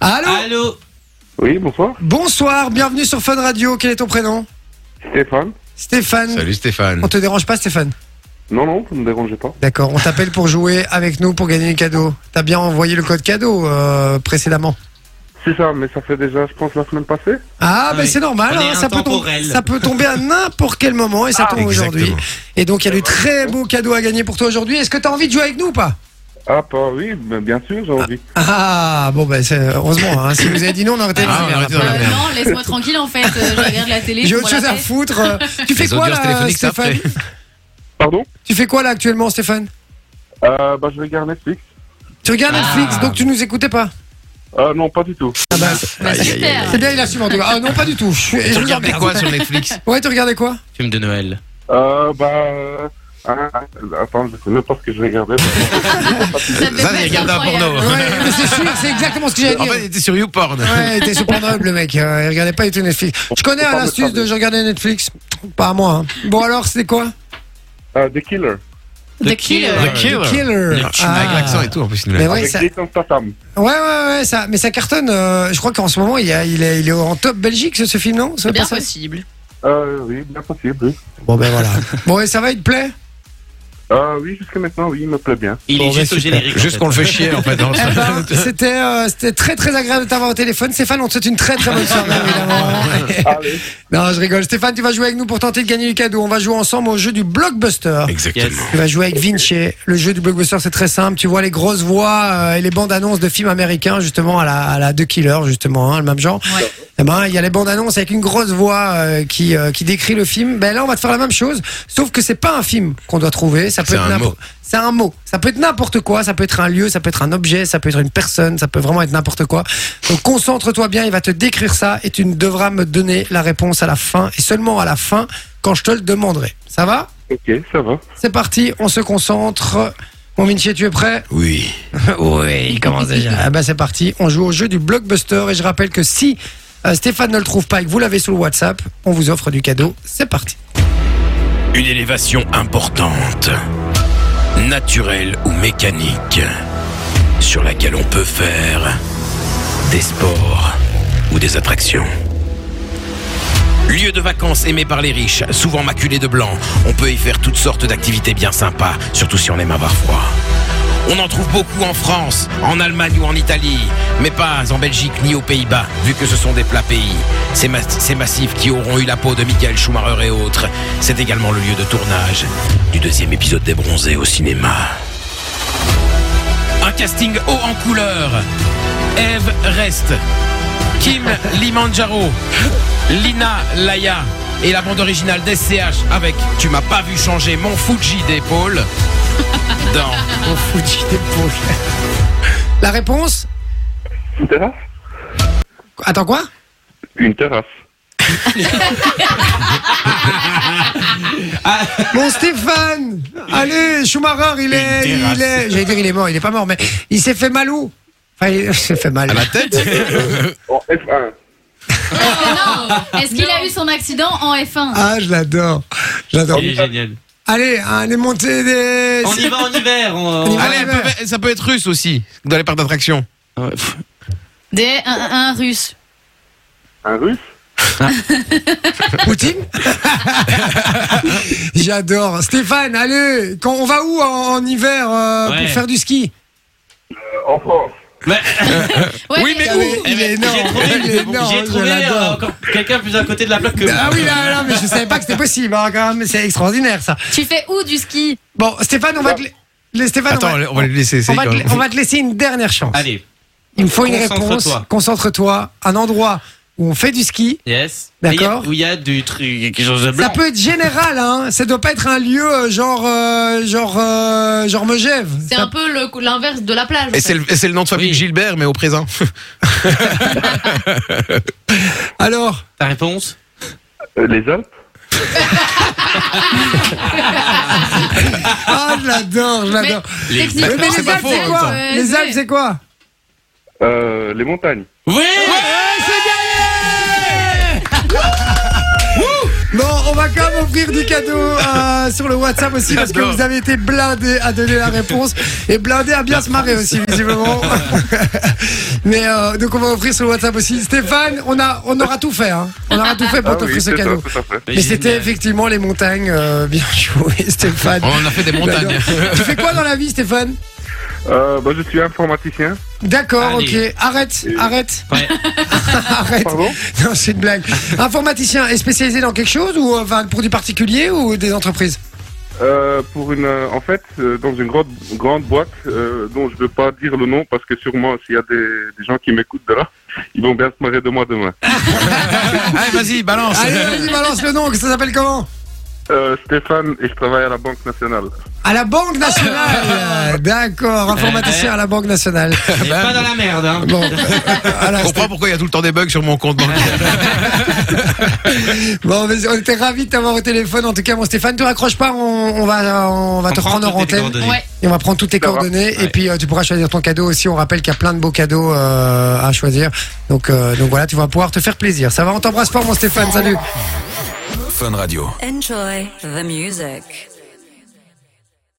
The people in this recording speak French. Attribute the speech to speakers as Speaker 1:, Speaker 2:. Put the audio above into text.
Speaker 1: Allô
Speaker 2: Allô
Speaker 3: Oui, bonsoir.
Speaker 1: Bonsoir, bienvenue sur Fun Radio. Quel est ton prénom
Speaker 3: Stéphane.
Speaker 1: Stéphane.
Speaker 4: Mm. Salut Stéphane.
Speaker 1: On te dérange pas, Stéphane
Speaker 3: Non, non, vous ne me dérangez pas.
Speaker 1: D'accord, on t'appelle pour jouer avec nous pour gagner les cadeaux. T'as bien envoyé le code cadeau euh, précédemment.
Speaker 3: C'est ça, mais ça fait déjà, je pense, la semaine passée.
Speaker 1: Ah,
Speaker 2: Ouais.
Speaker 1: mais c'est normal,
Speaker 2: On est
Speaker 1: hein, ça, peut tomber,
Speaker 2: intemporel.
Speaker 1: ça peut tomber à n'importe quel moment et ça tombe aujourd'hui.
Speaker 4: Ah, Exactement.
Speaker 1: Et donc il y a du très beau cadeau à gagner pour toi aujourd'hui. Est-ce que t'as envie de jouer avec nous ou pas
Speaker 3: Ah, bah oui, mais bien sûr, j'ai envie.
Speaker 1: Ah, bon, ben c'est- heureusement, hein, si vous avez dit non, on aurait été
Speaker 4: Ah,
Speaker 1: dans la
Speaker 4: on
Speaker 1: merde
Speaker 4: aurait été
Speaker 1: après.
Speaker 4: dans la
Speaker 5: Euh, non, laisse-moi tranquille en fait. Euh, je regarde la télé.
Speaker 1: J'ai
Speaker 5: je
Speaker 1: autre
Speaker 5: prends
Speaker 1: chose
Speaker 5: la
Speaker 1: à
Speaker 5: tête.
Speaker 1: foutre. Euh, Tu fais
Speaker 4: Les
Speaker 1: quoi
Speaker 4: audiences
Speaker 1: là,
Speaker 4: téléphoniques, c'est
Speaker 1: Stéphane
Speaker 4: après.
Speaker 3: Pardon
Speaker 1: Tu fais quoi là actuellement, Stéphane
Speaker 3: euh, Bah, je regarde Netflix.
Speaker 1: Tu regardes
Speaker 2: Ah.
Speaker 1: Netflix, donc tu nous écoutais pas
Speaker 3: Euh, non, pas du tout.
Speaker 1: Ah bah,
Speaker 5: Bah, super.
Speaker 1: c'est bien, il assume en tout cas. Ah non, pas du tout. Je, suis- je
Speaker 4: Tu
Speaker 1: vous
Speaker 4: regardais
Speaker 1: emmerde.
Speaker 4: quoi sur Netflix
Speaker 1: Ouais, tu regardais quoi
Speaker 2: Film de Noël.
Speaker 3: Euh, bah. euh, ah, ah, attends, je sais même pas ce que je regardais.
Speaker 5: Ça, devait
Speaker 4: Ça,
Speaker 5: pas
Speaker 4: il
Speaker 5: être
Speaker 4: regarde un
Speaker 5: incroyable.
Speaker 4: porno.
Speaker 1: Ouais, mais c'est sûr, c'est exactement ce que j'allais
Speaker 4: En
Speaker 1: dire.
Speaker 4: fait, il était sur YouPorn.
Speaker 1: Ouais, il était sous Pornhub, le mec. Euh, il regardait pas du tout Netflix. Je connais
Speaker 3: Faut
Speaker 1: hein,
Speaker 3: pas me
Speaker 1: l'astuce de
Speaker 3: parler.
Speaker 1: je regardais Netflix. Pas à moi. hein. Bon, alors, c'est quoi
Speaker 3: Euh, The Killer,
Speaker 5: The Killer.
Speaker 4: The Killer.
Speaker 1: Killer. Ah.
Speaker 4: Avec l'accent et tout, en plus, il nous
Speaker 1: Mais
Speaker 4: l'a dit.
Speaker 1: ouais,
Speaker 3: avec
Speaker 1: ça, ouais,
Speaker 3: Jason Statham.
Speaker 1: ouais, ouais, ça, mais ça cartonne. euh, je crois qu'en ce moment, il, y a- il est, il est en top Belgique, ce, ce film, non Ça
Speaker 5: C'est
Speaker 1: va
Speaker 5: bien
Speaker 1: pas ça
Speaker 5: possible.
Speaker 3: Euh, oui, bien possible, oui.
Speaker 1: Bon, ben voilà. bon, et ça va, il te plaît
Speaker 3: Euh, oui, jusqu'à maintenant, oui, il me plaît bien.
Speaker 2: Il
Speaker 1: Bon,
Speaker 2: est
Speaker 1: bah,
Speaker 2: juste au
Speaker 1: super.
Speaker 2: générique. en
Speaker 4: Juste
Speaker 2: fait.
Speaker 4: qu'on le fait chier, en fait. dans le-
Speaker 1: Eh ben, c'était, euh, c'était très très agréable de t'avoir au téléphone. Stéphane, on te souhaite une très très bonne soirée, évidemment.
Speaker 3: Allez.
Speaker 1: non, je rigole. Stéphane, tu vas jouer avec nous pour tenter de gagner du cadeau. On va jouer ensemble au jeu du blockbuster.
Speaker 2: Yes.
Speaker 4: Exactement.
Speaker 1: Tu vas jouer avec Vinci. Le jeu du blockbuster, c'est très simple. Tu vois les grosses voix euh, et les bandes annonces de films américains, justement, à la, à la The Killer, justement, hein, le même genre.
Speaker 5: Ouais.
Speaker 1: Eh ben, il y a les bandes annonces avec une grosse voix euh, qui, euh, qui décrit le film. Ben là, on va te faire la même chose, sauf que c'est pas un film qu'on doit trouver. Ça peut
Speaker 4: C'est
Speaker 1: être
Speaker 4: un
Speaker 1: n'importe-
Speaker 4: mot.
Speaker 1: C'est un mot. Ça peut être n'importe quoi. Ça peut être un lieu, ça peut être un objet, ça peut être une personne, ça peut vraiment être n'importe quoi. Donc concentre-toi bien. Il va te décrire ça et tu ne devras me donner la réponse à la fin et seulement à la fin quand je te le demanderai. Ça va
Speaker 3: Ok, ça va.
Speaker 1: C'est parti. On se concentre. Mon Vinci, tu es prêt
Speaker 4: Oui.
Speaker 1: oui, il commence déjà. Ah bah c'est parti, on joue au jeu du blockbuster et je rappelle que si euh, Stéphane ne le trouve pas et que vous l'avez sur le WhatsApp, on vous offre du cadeau. C'est parti.
Speaker 6: Une élévation importante, naturelle ou mécanique, sur laquelle on peut faire des sports ou des attractions. Lieu de vacances aimé par les riches, souvent maculé de blanc, on peut y faire toutes sortes d'activités bien sympas, surtout si on aime avoir froid. On en trouve beaucoup en France, en Allemagne ou en Italie, mais pas en Belgique ni aux Pays-Bas, vu que ce sont des plats pays. Ces, ma- ces massifs qui auront eu la peau de Michael Schumacher et autres, c'est également le lieu de tournage du deuxième épisode des Bronzés au cinéma. Un casting haut en couleur. Eve Rest, Kim Limanjaro, Lina Laya et la bande originale d'SCH avec Tu m'as pas vu changer mon Fuji d'épaule dans
Speaker 1: On fout des poches. La réponse
Speaker 3: Une terrasse
Speaker 1: Attends quoi
Speaker 3: Une terrasse.
Speaker 1: Mon Stéphane Allez, Schumacher, il est. Il est J'allais dire il est mort, il est pas mort, mais il s'est fait mal où Enfin, il s'est fait mal.
Speaker 4: À la tête
Speaker 3: En F1.
Speaker 5: Non. Est-ce qu'il a eu son accident en F1
Speaker 1: Ah, je l'adore. J'adore.
Speaker 2: Il est génial.
Speaker 1: Allez, allez, montez des.
Speaker 2: On y va en hiver. on-
Speaker 1: On y va.
Speaker 4: Allez, elle peut- ça peut être russe aussi, dans les parcs d'attraction.
Speaker 2: Ouais, pff.
Speaker 5: Des 1-1 russe.
Speaker 3: Un russe
Speaker 1: Poutine J'adore. Stéphane, allez, quand on va où en, en hiver euh,
Speaker 2: Ouais.
Speaker 1: pour faire du ski
Speaker 3: Euh, En France.
Speaker 2: Ouais,
Speaker 5: Ouais,
Speaker 4: Oui, mais
Speaker 1: Ah
Speaker 4: où
Speaker 1: oui, Il est
Speaker 2: j'ai
Speaker 1: énorme.
Speaker 2: trouvé-
Speaker 1: Il est énorme.
Speaker 2: J'ai
Speaker 1: je
Speaker 2: trouvé
Speaker 1: l'adore.
Speaker 2: euh, encore quelqu'un plus à côté de la plaque que
Speaker 1: Ah
Speaker 2: moi.
Speaker 1: oui, là, là, mais je savais pas que c'était possible. hein, quand même, c'est extraordinaire ça.
Speaker 5: Tu fais où du ski
Speaker 1: Bon, Stéphane, on va te, la- les- Stéphane,
Speaker 4: Attends,
Speaker 1: on va,
Speaker 4: Ah on va lui laisser
Speaker 1: on
Speaker 4: essayer
Speaker 1: va
Speaker 4: quand
Speaker 1: te,
Speaker 4: même.
Speaker 1: on va te laisser une dernière chance.
Speaker 2: Allez,
Speaker 1: Il me faut une
Speaker 2: Concentre-toi.
Speaker 1: réponse. Concentre-toi. Un endroit où on fait du ski.
Speaker 2: yes.
Speaker 1: D'accord.
Speaker 2: Mais il y a- Où il y a du truc, quelque chose de
Speaker 1: Ça
Speaker 2: blanc.
Speaker 1: peut être général, hein. Ça doit pas être un lieu euh, genre, euh, genre, euh, genre Megève.
Speaker 5: C'est un peu le- l'inverse de la plage. en
Speaker 4: Et
Speaker 5: fait.
Speaker 4: c'est le, et c'est le nom de famille
Speaker 2: Oui.
Speaker 4: Gilbert, mais au présent.
Speaker 1: Alors.
Speaker 2: Ta réponse
Speaker 3: Euh, les Alpes
Speaker 1: Ah, je l'adore, je l'adore.
Speaker 5: Mais
Speaker 1: Mais,
Speaker 5: techniquement,
Speaker 1: mais les Alpes,
Speaker 5: c'est
Speaker 1: c'est
Speaker 5: pas
Speaker 1: quoi
Speaker 5: faux, hein.
Speaker 1: Les Alpes, c'est quoi
Speaker 3: euh, Les montagnes.
Speaker 2: Oui
Speaker 1: Ouais, c'est gagné Wouh Bon, on va va quand même offrir du cadeau euh, sur le WhatsApp aussi parce que
Speaker 4: J'adore.
Speaker 1: vous avez été blindé à donner la réponse et blindé à bien se marrer aussi visiblement. Mais euh, donc on va offrir sur le WhatsApp aussi. Stéphane, on a on aura tout fait hein. On aura tout fait pour
Speaker 3: Ah
Speaker 1: t'offrir
Speaker 3: oui,
Speaker 1: ce
Speaker 3: c'est ça,
Speaker 1: cadeau.
Speaker 3: tout à fait.
Speaker 1: Mais c'était
Speaker 2: Génial.
Speaker 1: effectivement les montagnes euh, bien joué Stéphane.
Speaker 4: On en a fait des montagnes.
Speaker 1: tu fais quoi dans la vie Stéphane
Speaker 3: Euh, bah, je suis informaticien.
Speaker 1: D'accord,
Speaker 2: Allez.
Speaker 1: ok. Arrête,
Speaker 3: Et-
Speaker 1: arrête,
Speaker 2: Ouais.
Speaker 1: arrête.
Speaker 3: Pardon
Speaker 1: Non, c'est une blague. Informaticien est spécialisé dans quelque chose ou euh, enfin, pour du particulier ou des entreprises
Speaker 3: Euh, pour une, euh, en fait, euh, dans une grande, grande boîte euh, dont je ne veux pas dire le nom parce que sûrement s'il y a des, des gens qui m'écoutent de là, ils vont bien se marrer de moi demain.
Speaker 4: Allez, vas-y,
Speaker 6: Ah,
Speaker 4: balance.
Speaker 1: Allez, vas-y, balance le nom, que ça s'appelle comment
Speaker 3: Euh, Stéphane et je travaille à la Banque Nationale.
Speaker 1: À la Banque Nationale D'accord, informaticien à la Banque Nationale.
Speaker 2: Et pas dans la merde, hein.
Speaker 1: Bon, voilà,
Speaker 4: Je comprends pourquoi il y a tout le temps des bugs sur mon compte bancaire.
Speaker 1: Bon, mais on était ravis de t'avoir au téléphone. En tout cas, mon Stéphane, tu raccroches pas, on, on va, on va
Speaker 2: On
Speaker 1: te
Speaker 2: prend
Speaker 1: prendre en
Speaker 2: toutes les
Speaker 1: antenne.
Speaker 2: coordonnées.
Speaker 5: Ouais.
Speaker 1: Et on va prendre toutes tes
Speaker 3: Ça va.
Speaker 1: coordonnées et
Speaker 2: Ouais.
Speaker 1: puis euh, tu pourras choisir ton cadeau aussi. On rappelle qu'il y a plein de beaux cadeaux euh, à choisir. Donc, euh, donc voilà, tu vas pouvoir te faire plaisir. Ça va, on t'embrasse fort, mon Stéphane. Salut.
Speaker 6: Fun Radio.
Speaker 7: Enjoy the music.